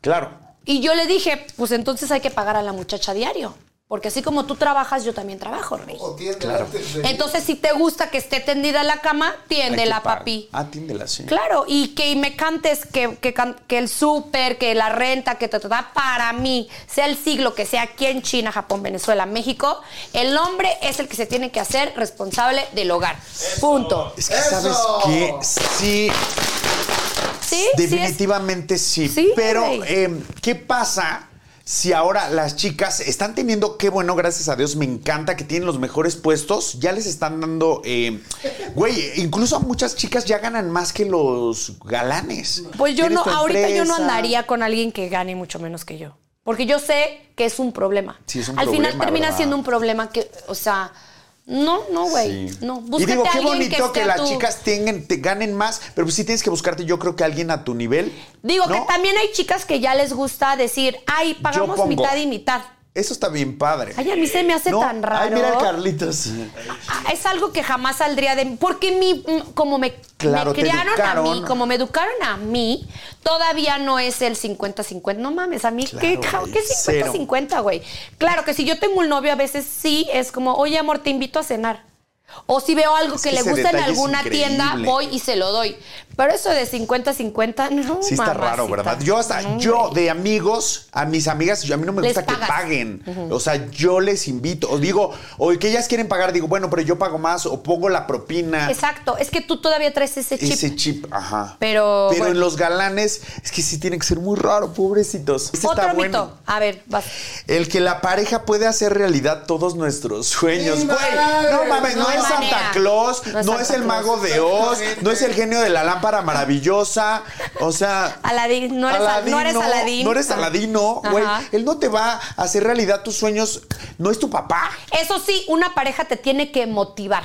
Claro. Y yo le dije, pues entonces hay que pagar a la muchacha diario. Porque así como tú trabajas, yo también trabajo, Rey. O tiende antes de. Entonces, si te gusta que esté tendida la cama, Hay tiéndela, que pagar. papi. Ah, tiéndela, sí. Claro, y que me cantes que, que can- que el súper, que la renta, que te da para mí, sea el siglo que sea aquí en China, Japón, Venezuela, México, el hombre es el que se tiene que hacer responsable del hogar. Punto. Es que ¡Eso! sabes que sí, ¿Sí? sí es- definitivamente sí. Sí, Pero, güey. eh, ¿qué pasa? Si ahora las chicas están teniendo, qué bueno, gracias a Dios, me encanta que tienen los mejores puestos, ya les están dando, eh, güey, incluso a muchas chicas ya ganan más que los galanes. Pues yo Tienes no, tu ahorita yo no empresa. andaría con alguien que gane mucho menos que yo. Porque yo sé que es un problema. Sí, es un Al final problema, termina ¿verdad? siendo un problema que, o sea, no, no, güey. Sí. No, y búscate digo, a qué alguien bonito que, esté a las tu- chicas tengan, te ganen más, pero pues sí tienes que buscarte, yo creo que alguien a tu nivel. Digo que ¿no? también hay chicas que ya les gusta decir, ay, pagamos pongo. mitad y mitad. Eso está bien padre. Ay, a mí se me hace No, tan raro. Ay, mira el Carlitos. Ah, Es algo que jamás saldría de mí. Porque mi, mm, como me, Claro, me te criaron a mí, educaron. como me educaron a mí, todavía no es el 50-50. No mames, a mí, ¿qué, Claro, güey, qué cero. 50-50, güey? Claro que si yo tengo un novio, a veces sí es como, oye, amor, te invito a cenar. O si veo algo Es que, que le ese gusta en detalle es alguna tienda, increíble. voy y se lo doy. Pero eso de 50-50, no, Sí está raro, mamacita. ¿verdad? Yo hasta, No, yo güey. de amigos, a mis amigas, yo- a mí no me Les gusta que pagas. paguen. O sea, yo les invito. O digo, o que ellas quieren pagar, digo, bueno, pero yo pago más, o pongo la propina. Exacto, es que tú todavía traes ese chip. Ese chip, ajá. Pero, Pero en bueno. los galanes, es que sí tiene que ser muy raro, pobrecitos. Este Otro está mito. bueno. A ver, vas. El que la pareja puede hacer realidad todos nuestros sueños. ¡Mi Güey, madre! no mames, no, No, manera. es Santa Claus, No no, es Santa es el Claus. mago de Oz, no es el genio de la lámpara maravillosa. O sea. Aladín, no eres, al- no eres Aladín. Ah. No eres Aladino, güey. Ajá. Él no te va a hacer realidad tus sueños. No es tu papá. Eso sí, una pareja te tiene que motivar.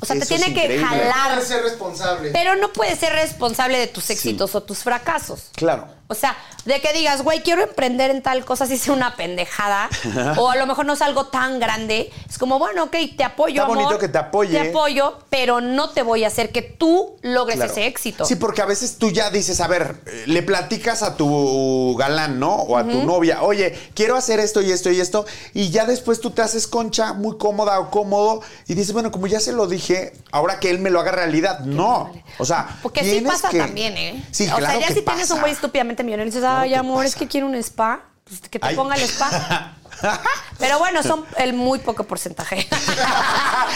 O sea, te Eso tiene es que increíble. jalar. Claro. ser responsable. Pero no puedes ser responsable de tus éxitos o tus fracasos. Claro. O sea, de que digas, güey, quiero emprender en tal cosa, si sea una pendejada, o a lo mejor no es algo tan grande. Es como, bueno, ok, te apoyo, Está amor. bonito que te apoye. Te apoyo, pero no te voy a hacer que tú logres Claro. ese éxito. Sí, porque a veces tú ya dices, a ver, eh, le platicas a tu galán, ¿no? O a tu novia, oye, quiero hacer esto y esto y esto. Y ya después tú te haces concha muy cómoda o cómodo y dices, bueno, como ya se lo dije, ahora que él me lo haga realidad. No. O sea, Porque sí tienes pasa que- también, ¿eh? Sí, o claro sea, ya que si tienes un güey pasa. estúpidamente millonario y dices, Claro ay, que amor, es pasa. que quiero un spa, pues que te Ay. ponga el spa. Pero bueno, son el muy poco porcentaje.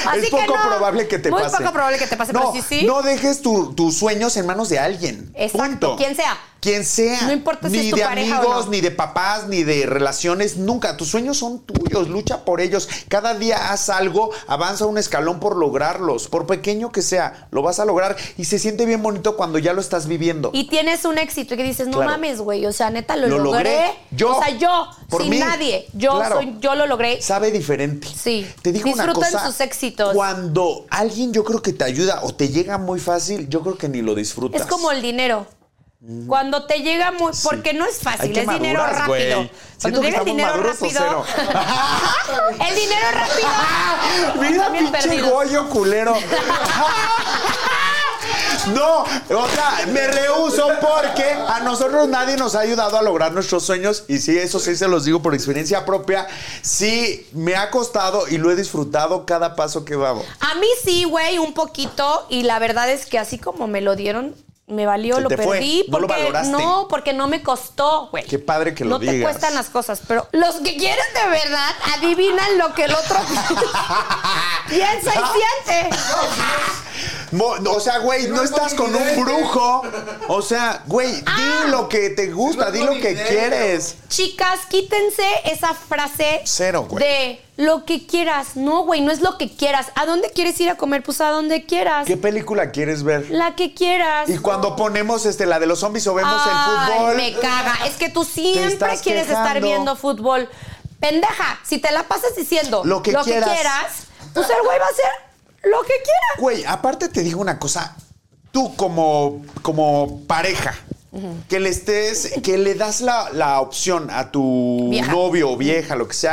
Así es que poco no, probable que te muy pase. poco probable que te pase, No, pero sí, sí. No dejes tu- tus sueños en manos de alguien. Exacto, Punto. quien sea. Quien sea. No importa si ni es tu de pareja o amigos, no. ni de papás, ni de relaciones, nunca. Tus sueños son tuyos, lucha por ellos. Cada día haz algo, avanza un escalón por lograrlos. Por pequeño que sea, lo vas a lograr y se siente bien bonito cuando ya lo estás viviendo. Y tienes un éxito y que dices, no Claro. mames, güey, o sea, neta, lo, Lo logré. logré. Yo. O sea, yo, Por sin mí. nadie. Yo, Claro. soy, yo lo logré. sabe diferente. Sí. Te digo una Disfrutan cosa. sus éxitos. Cuando alguien yo creo que te ayuda o te llega muy fácil, yo creo que ni lo disfrutas. Es como el dinero. Cuando te llega muy. Sí. Porque no es Ay, fácil, qué es dinero maduras, güey. rápido. Cuando Siento llega que el estamos dinero maduros o rápido. el dinero rápido. Mira, También pinche perdidos. Goyo culero. No, o sea, me rehuso porque a nosotros nadie nos ha ayudado a lograr nuestros sueños y sí, eso sí se los digo por experiencia propia, sí me ha costado y lo he disfrutado cada paso que vamos. A mí sí, güey, un poquito. Y la verdad es que así como me lo dieron, me valió, Se lo te fue, perdí. no lo porque, valoraste. no, porque no me costó, güey. Qué padre que lo No te digas. cuestan las cosas, pero los que quieren de verdad adivinan lo que el otro piensa Ah. y siente. Mo- O sea, güey, no No es estás con un evidente. brujo. O sea, güey, Ah. di lo que te gusta, No di es lo que evidente. quieres. Chicas, quítense esa frase Cero, güey. de lo que quieras. No, güey, no es lo que quieras. ¿A dónde quieres ir a comer? Pues a donde quieras. ¿Qué película quieres ver? La que quieras. Y cuando ponemos este, la de los zombies o vemos Ay, el fútbol. Me caga. Es que tú siempre estás quieres estar quejando. viendo fútbol. Pendeja, si te la pasas diciendo Lo que quieras. pues el güey va a hacer lo que quiera. Güey, aparte te digo una cosa. Tú como, como pareja, que le estés, que le das la, la opción a tu Vieja. novio o vieja, lo que sea,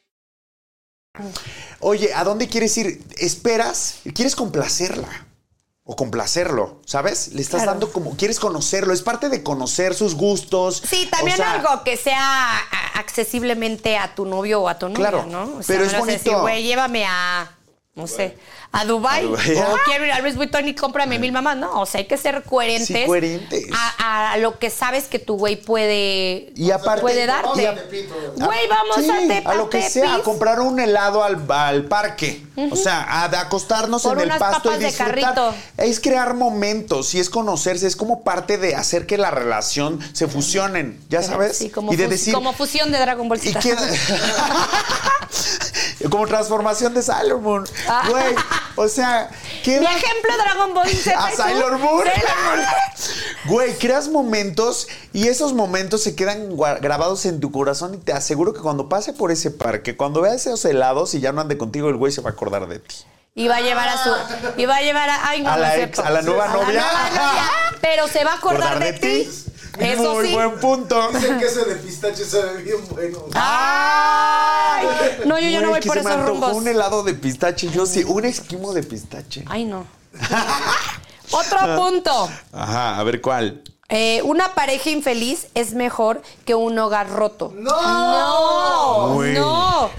oye, ¿a dónde quieres ir? Esperas, quieres complacerla. O complacerlo, ¿sabes? Le estás Claro. dando como, quieres conocerlo, es parte de conocer sus gustos. Sí, también O sea, algo que sea a- accesiblemente a tu novio o a tu novia, Claro, ¿no? O pero no es le vas a decir, bonito. güey, llévame a, no sé, a Dubai, A Ah. Dubái. o quiero ir a Luis Vuitton y cómprame mil mamás. No, o sea, hay que ser coherentes. Sí, coherentes. A, a lo que sabes que tu güey puede, Y aparte- puede darte. Vamos a Tepito. Güey, vamos Sí, a Tepa A lo que sea, a Tepis. comprar un helado al, al parque. O sea, a, de acostarnos Por en unas el pasto papas y de disfrutar. carrito. Es crear momentos y es conocerse, es como parte de hacer que la relación se fusionen, ya sabes. Sí, como, y de fus- decir. como fusión de Dragon Ball y Z. queda- como transformación de Salomon. Ah. Güey, o sea, Mi queda ejemplo Dragon Ball Z. a ¿y tú? Sailor Moon. Sailor Moon. Güey, creas momentos y esos momentos se quedan gua- grabados en tu corazón y te aseguro que cuando pase por ese parque, cuando vea esos helados y ya no ande contigo, el güey se va a acordar de ti. Y va a llevar a su. Y va a llevar a. Ay, no, A no es la ex- cierto. a la nueva novia. novia, Pero se va a acordar, de, ti. Eso Muy sí. buen punto. Ese queso de pistache sabe bien bueno. Ay. No, yo ya no voy Güey, que por se me esos antojó rumbos. un helado de pistache, yo sí, un esquimo de pistache. Ay, no. Otro punto. Ajá, a ver cuál. Eh, una pareja infeliz es mejor que un hogar roto. ¡No! No, Güey. no.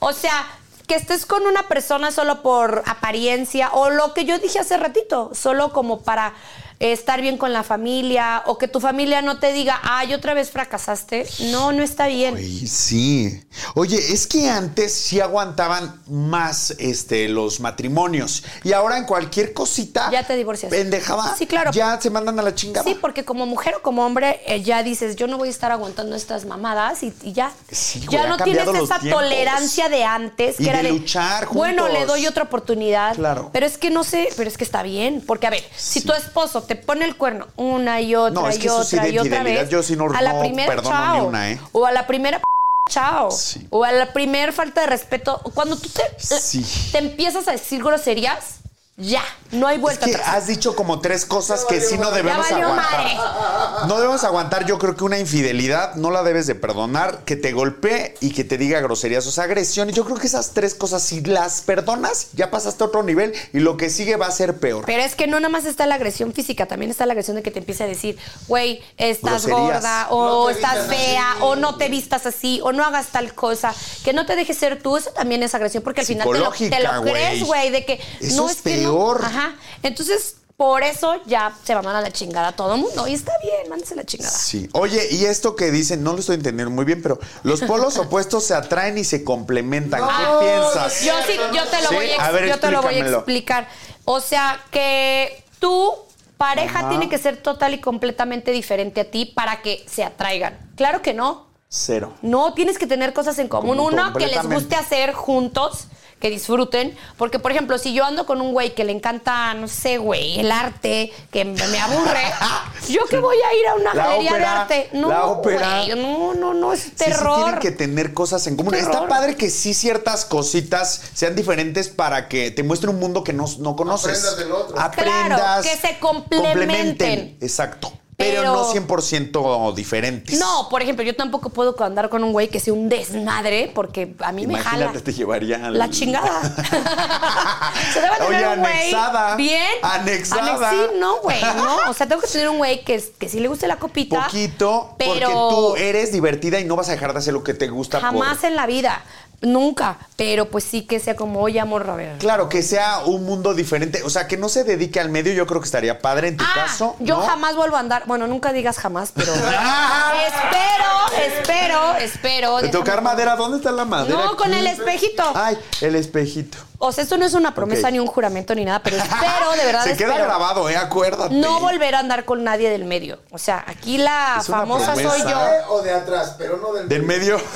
O sea, que estés con una persona solo por apariencia o lo que yo dije hace ratito, solo como para eh, estar bien con la familia o que tu familia no te diga, ay, otra vez fracasaste. No, no está bien. Güey, sí. Oye, es que antes sí aguantaban más este, los matrimonios. Y ahora en cualquier cosita. Ya te divorcias. Pendejada. Sí, claro. Ya se mandan a la chingada. Sí, porque como mujer o como hombre eh, ya dices, yo no voy a estar aguantando estas mamadas y, y ya. Sí, güey, ya ha no cambiado tienes los esa tiempos. tolerancia de antes, que Y era de luchar Bueno, juntos". le doy otra oportunidad. Claro. Pero es que no sé, pero es que está bien, porque a ver, si Sí. tu esposo te pone el cuerno una y otra No, es y que eso sí otra de y otra infidelidad, vez, yo sí no- a la no primera perdono chao, ni una, ¿eh? o a la primera p- chao, Sí. o a la primera falta de respeto, cuando tú te, Sí. te empiezas a decir groserías, ya, no hay Es vuelta que atrás. has dicho como tres cosas Ya que valió sí no madre. Ya debemos valió aguantar. madre. No debemos aguantar, yo creo que una infidelidad no la debes de perdonar, que te golpee y que te diga groserías o sea, agresiones. Yo creo que esas tres cosas, si las perdonas, ya pasaste a otro nivel y lo que sigue va a ser peor. Pero es que no nada más está la agresión física, también está la agresión de que te empiece a decir, güey, estás Groserías. gorda, o No te estás vistas fea, así. o no te vistas así, o no hagas tal cosa, que no te dejes ser tú, eso también es agresión, porque al final te lo, te Psicológica, lo güey. crees, güey, de que Eso no es que no". peor. Ajá. Entonces, por eso ya se van a la chingada todo el mundo. Y está bien, mándese la chingada. Sí. Oye, y esto que dicen, no lo estoy entendiendo muy bien, pero los polos opuestos se atraen y se complementan. No, ¿Qué piensas? Ah, Yo sí, yo te lo, Sí, voy, a, a ex- ver, yo te lo voy a explícamelo. explicar. O sea, que tu pareja tiene que ser total y completamente diferente a ti para que se atraigan. Claro que no. Cero. No, tienes que tener cosas en común. Como Uno, que les completamente. guste hacer juntos, que disfruten. Porque, por ejemplo, si yo ando con un güey que le encanta, no sé, güey, el arte, que me me aburre, ¿yo que voy a ir a una La galería de ópera, arte? No, la ópera. güey, no, no, no, es Sí, sí terror. tienen que tener cosas en común. Terror. Está padre que sí ciertas cositas sean diferentes para que te muestre un mundo que no, no conoces. Aprendas del otro. Claro, Aprendas, que se complementen. Exacto. Pero, Pero- no 100% diferentes. No, por ejemplo, yo tampoco puedo andar con un güey que sea un desmadre porque a mí me Imagínate, jala. te llevaría al- La chingada. Se debe tener Oye, un güey anexada. Bien. Anexada. Anex- Sí, no, güey, no. O sea, tengo que tener un güey que, que sí le guste la copita. Poquito, porque pero tú eres divertida y no vas a dejar de hacer lo que te gusta. por- jamás en la vida. Nunca. Pero pues sí que sea como, oye, amor, a ver. Claro, que sea un mundo diferente. O sea, que no se dedique al medio, yo creo que estaría padre en tu Ah, caso. yo ¿no? jamás vuelvo a andar. Bueno, nunca digas jamás, pero. Ah. espero, espero, espero. De déjame- tocar madera, ¿dónde está la madera? No, con Aquí. el espejito. Ay, el espejito. O sea, esto no es una promesa Ok. ni un juramento ni nada, pero espero, de verdad Se espero, queda grabado, ¿eh? Acuérdate. no volver a andar con nadie del medio. O sea, aquí la Es una famosa soy promesa. yo. ¿Eh? O de atrás, pero no del. Del medio.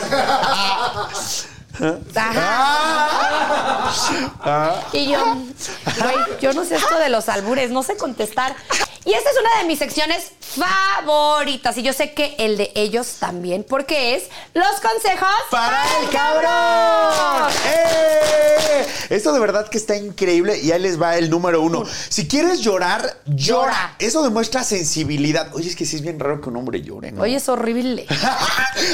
Ajá. Ah. Y yo, güey, yo no sé esto de los albures, no sé contestar. Y esta es una de mis secciones favoritas. Y yo sé que el de ellos también, porque es los consejos ¡Para el cabrón! ¡Eh! Esto de verdad que está increíble y ahí les va el número uno. Si quieres llorar, llora. Llora. Eso demuestra sensibilidad. Oye, es que sí es bien raro que un hombre llore, ¿no? Oye, es horrible.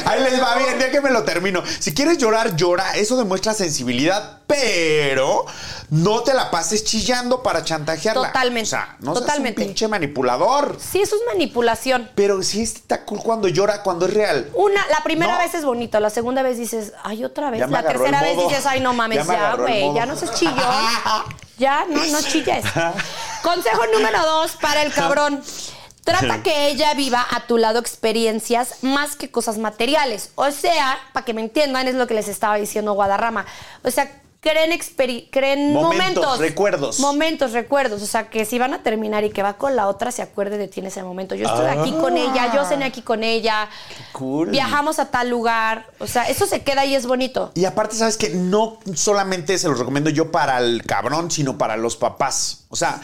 Ahí les va bien, ya que me lo termino. Si quieres llorar, llora. Eso demuestra sensibilidad, pero no te la pases chillando para chantajearla. Totalmente, O sea, no totalmente. seas un pinche manipulador. Sí, eso es manipulación. Pero sí está cool cuando llora, cuando es real. Una, la primera No. vez es bonito, la segunda vez dices, ay, otra vez. Ya me La agarró tercera el vez modo. dices, ay, no mames, Ya me ya, agarró el güey, modo. ya no seas chillón. ya, no, no chilles. Consejo número dos para el cabrón. Trata que ella viva a tu lado experiencias más que cosas materiales. O sea, para que me entiendan, es lo que les estaba diciendo Guadarrama. O sea, creen, experi- creen Momentos, momentos. recuerdos. Momentos, recuerdos. O sea, que si van a terminar y que va con la otra, se acuerde de ti en ese momento. Yo estoy aquí con ella, yo cené aquí con ella. Ah. cool. Viajamos a tal lugar. O sea, eso se queda y es bonito. Y aparte, sabes que no solamente se los recomiendo yo para el cabrón, sino para los papás. O sea,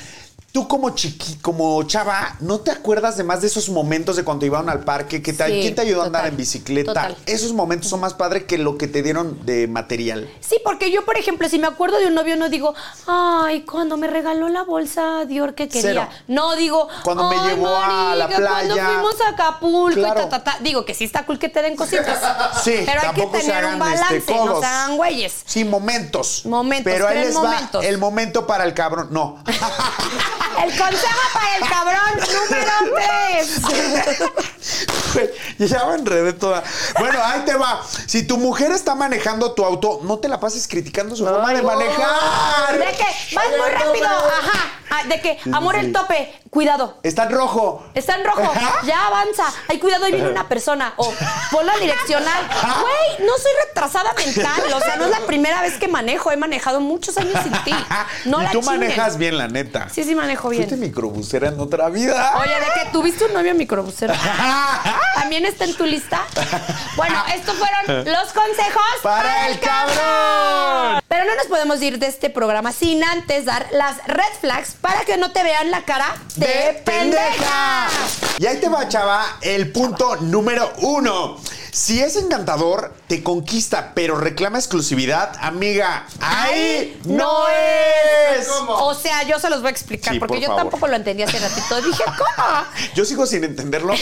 Tú como chiqui, como chava, ¿no te acuerdas de más de esos momentos de cuando iban al parque? ¿Qué tal? Sí, ¿Quién te ayudó a andar total, en bicicleta? total. Esos momentos son más padres que lo que te dieron de material. Sí, porque yo, por ejemplo, si me acuerdo de un novio, no digo, ay, cuando me regaló la bolsa Dior que quería. Cero. No digo, Cuando me "Ay, llevó a la marica, Cuando playa". fuimos a Acapulco Claro. y ta, ta, ta. Digo que sí está cool que te den cositas. Sí, pero hay que tampoco se tener hagan un balance, este, no codos. se hagan güeyes. Sí, momentos. Momentos, Pero ahí creen les momentos. va el momento para el cabrón. No. El consejo para el cabrón número tres. ya me enredé toda. Bueno, ahí te va. Si tu mujer está manejando tu auto, no te la pases criticando su forma de manejar. De que vas muy rápido, ajá. Ah, De que, amor, el tope, cuidado. Está en rojo. Está en rojo, ya avanza. Ay, cuidado, ahí viene una persona. O pon la direccional. Güey, no soy retrasada mental. O sea, no es la primera vez que manejo. He manejado muchos años sin ti. No y la tú chinguen. manejas bien, la neta. Sí, sí, manejo bien. Fuiste microbusera en otra vida. Oye, de que tuviste un novio microbusero. ¿También está en tu lista? Bueno, estos fueron los consejos Para el cabrón. Pero no nos podemos ir de este programa sin antes dar las red flags para que no te vean la cara de, pendeja. Y ahí te va, chava, el punto número uno. Si es encantador, te conquista, pero reclama exclusividad, amiga. Ahí Ahí no no es. O sea, yo se los voy a explicar Sí, porque por yo favor. tampoco lo entendí hace ratito. Dije, ¿cómo? Yo sigo sin entenderlo.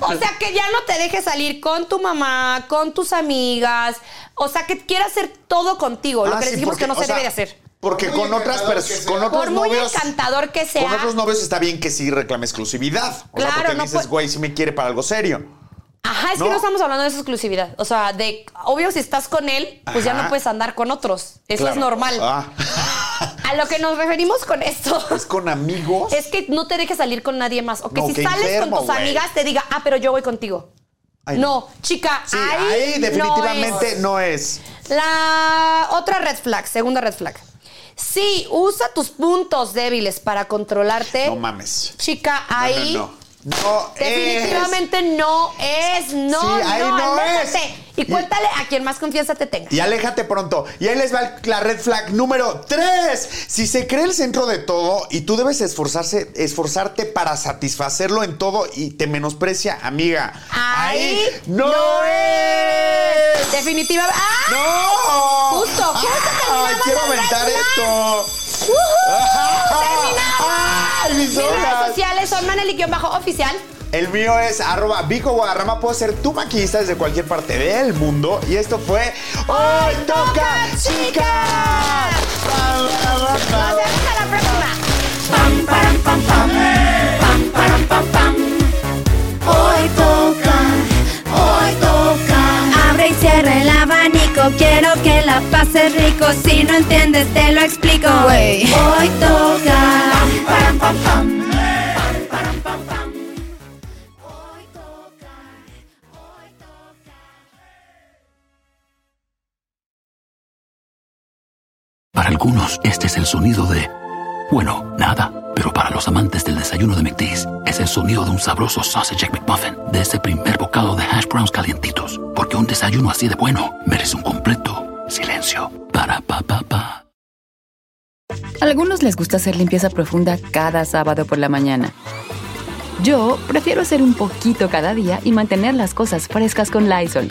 O sea, que ya no te dejes salir con tu mamá, con tus amigas. O sea, que quiera hacer todo contigo. Lo Ah, que les sí, dijimos porque, que no o se sea, debe de hacer. Porque Muy con otras encantador pers- que sea. con otros Por muy novios. encantador que sea. Con otros novios está bien que sí reclame exclusividad. O Claro, sea, porque no dices, pu- güey, si me quiere para algo serio. Ajá, es No. que no estamos hablando de esa exclusividad. O sea, de obvio si estás con él, pues ya Ajá. no puedes andar con otros. Eso Claro. es normal. Ah. A lo que nos referimos con esto es con amigos. es que no te dejes salir con nadie más. O que No, si qué sales enfermo, con tus güey. amigas te diga, ah, pero yo voy contigo. Ay, no. chica, Sí, ahí, ahí no definitivamente es. no es. La otra red flag, segunda red flag. Sí, usa tus puntos débiles para controlarte. No mames. Chica, No, ¿Eh? ahí No, no. No es. Definitivamente no es, no, Sí, ahí no, no aléjate. es. Y cuéntale a quien más confianza te tenga. Y aléjate pronto. Y ahí les va el- la red flag número 3. Si se cree el centro de todo y tú debes esforzarse, esforzarte para satisfacerlo en todo y te menosprecia, amiga. Ahí no, no es. Definitivamente. ¡Ah! ¡No! Justo, justo ¡Ay, terminamos quiero la red aventar flag. esto! ¡Woohoo! Ah, ¡Ay, ¡Terminamos! mis Mis redes horas! sociales son Maneli-oficial. El mío es arroba Vico Guadarrama. Puedo ser tu maquillista desde cualquier parte del mundo. Y esto fue Hoy Toca Chica. Nos vemos a la próxima. Hoy toca, hoy toca. Abre y cierra el abanico, quiero que la pases rico. Si no entiendes, te lo explico. Hoy toca. Hoy toca, hoy toca. Para algunos, este es el sonido de. Bueno, nada. Pero para los amantes del desayuno de McDee's, es el sonido de un sabroso Sausage Egg McMuffin, de ese primer bocado de hash browns calientitos. Porque un desayuno así de bueno merece un completo silencio. Para pa pa pa. Algunos les gusta hacer limpieza profunda cada sábado por la mañana. Yo prefiero hacer un poquito cada día y mantener las cosas frescas con Lysol.